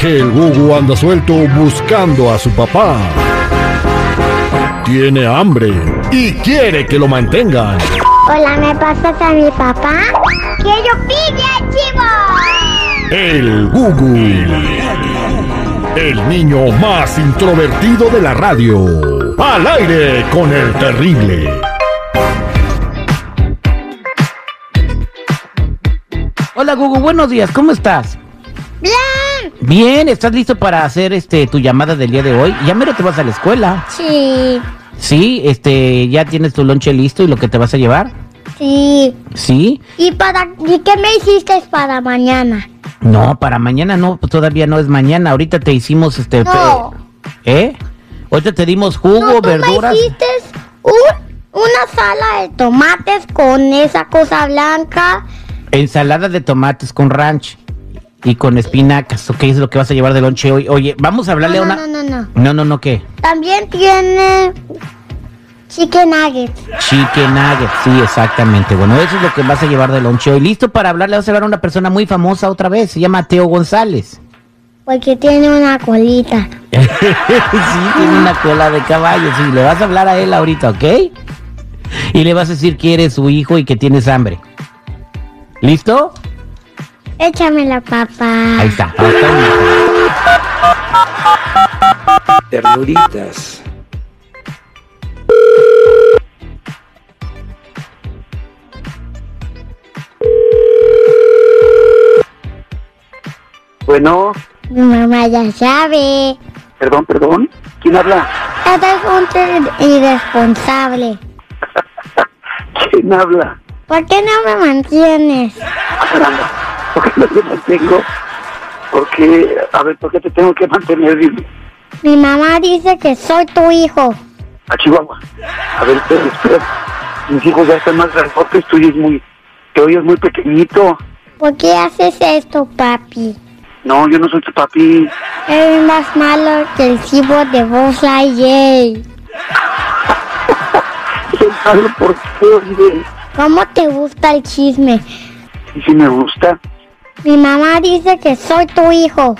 que el Gugu anda suelto buscando a su papá. Tiene hambre y quiere que lo mantengan. Hola, ¿me pasas a mi papá? ¡Que yo pille, chivo! El Gugu. El niño más introvertido de la radio. Al aire con el terrible. Hola Gugu, buenos días, ¿cómo estás? ¡Bien! Bien, ¿estás listo para hacer este tu llamada del día de hoy? Ya mero te vas a la escuela. Sí, Sí, este, ya tienes tu lonche listo y lo que te vas a llevar. sí. Sí. ¿Y, para, ¿Y qué me hiciste para mañana? No, para mañana no, pues todavía no es mañana. Ahorita te hicimos este. No. pe- ¿Eh? Ahorita te dimos jugo, no, tú verduras. me hiciste un- una sala de tomates con esa cosa blanca. Ensalada de tomates con ranch y con espinacas. ¿Ok? Es lo que vas a llevar de lonche hoy. Oye, vamos a hablarle no, a no, una. no, no, no. no, no, no, ¿qué? También tiene chicken nuggets. Chicken nuggets, sí, exactamente. Bueno, eso es lo que vas a llevar de lonche hoy. Listo para hablar, le vas a hablar a una persona muy famosa otra vez. Se llama Teo González. Porque tiene una colita. sí, tiene una cola de caballo. Sí, le vas a hablar a él ahorita, ¿ok? Y le vas a decir que eres su hijo y que tienes hambre. ¿Listo? Échame la papa. Ahí está. ahí está, mi hijo. ternuritas. Bueno, Mi mamá ya sabe. perdón, perdón. ¿Quién habla? Eres un ter- irresponsable. ¿Quién habla? ¿Por qué no me mantienes? Caramba, ¿por qué no te mantengo? ¿Por qué? A ver, ¿por qué te tengo que mantener? Dime. Mi mamá dice que soy tu hijo. a Chihuahua. A ver, espera, espera. Mis hijos ya están más grandotes, tú es muy, te oyes muy pequeñito. ¿Por qué haces esto, papi? No, yo no soy tu papi. Eres más malo que el cibo de Buzz Lightyear. Pensarlo por qué, oye. ¿Cómo te gusta el chisme? Y si me gusta, Mi mamá dice que soy tu hijo.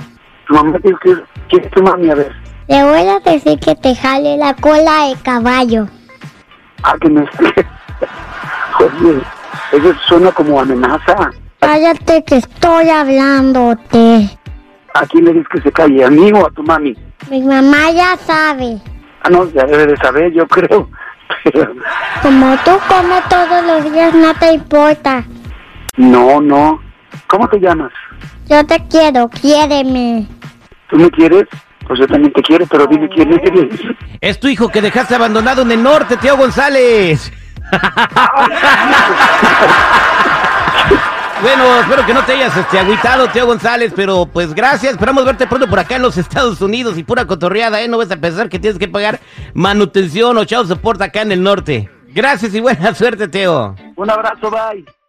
tu mamá dijo que ¿quién es tu mami, a ver. Le voy a decir que te jale la cola de caballo. Ah, que me Oye, eso suena como amenaza. Cállate que estoy hablándote. ¿A quién le dices que se calle? ¿A mí o a tu mami? Mi mamá ya sabe. Ah, no, ya debe de saber, yo creo. Pero, Como tú comes todos los días, no te importa. no, no. ¿Cómo te llamas? Yo te quiero, quiéreme. ¿Tú me quieres? Pues yo también te quiero, pero dime quién eres. Es tu hijo que dejaste abandonado en el norte, Teo González. Bueno, espero que no te hayas este, agüitado, Teo González, pero pues gracias. Esperamos verte pronto por acá en los Estados Unidos y pura cotorreada, ¿eh? No vas a pensar que tienes que pagar manutención o chao soporte acá en el norte. Gracias y buena suerte, Teo. Un abrazo, bye.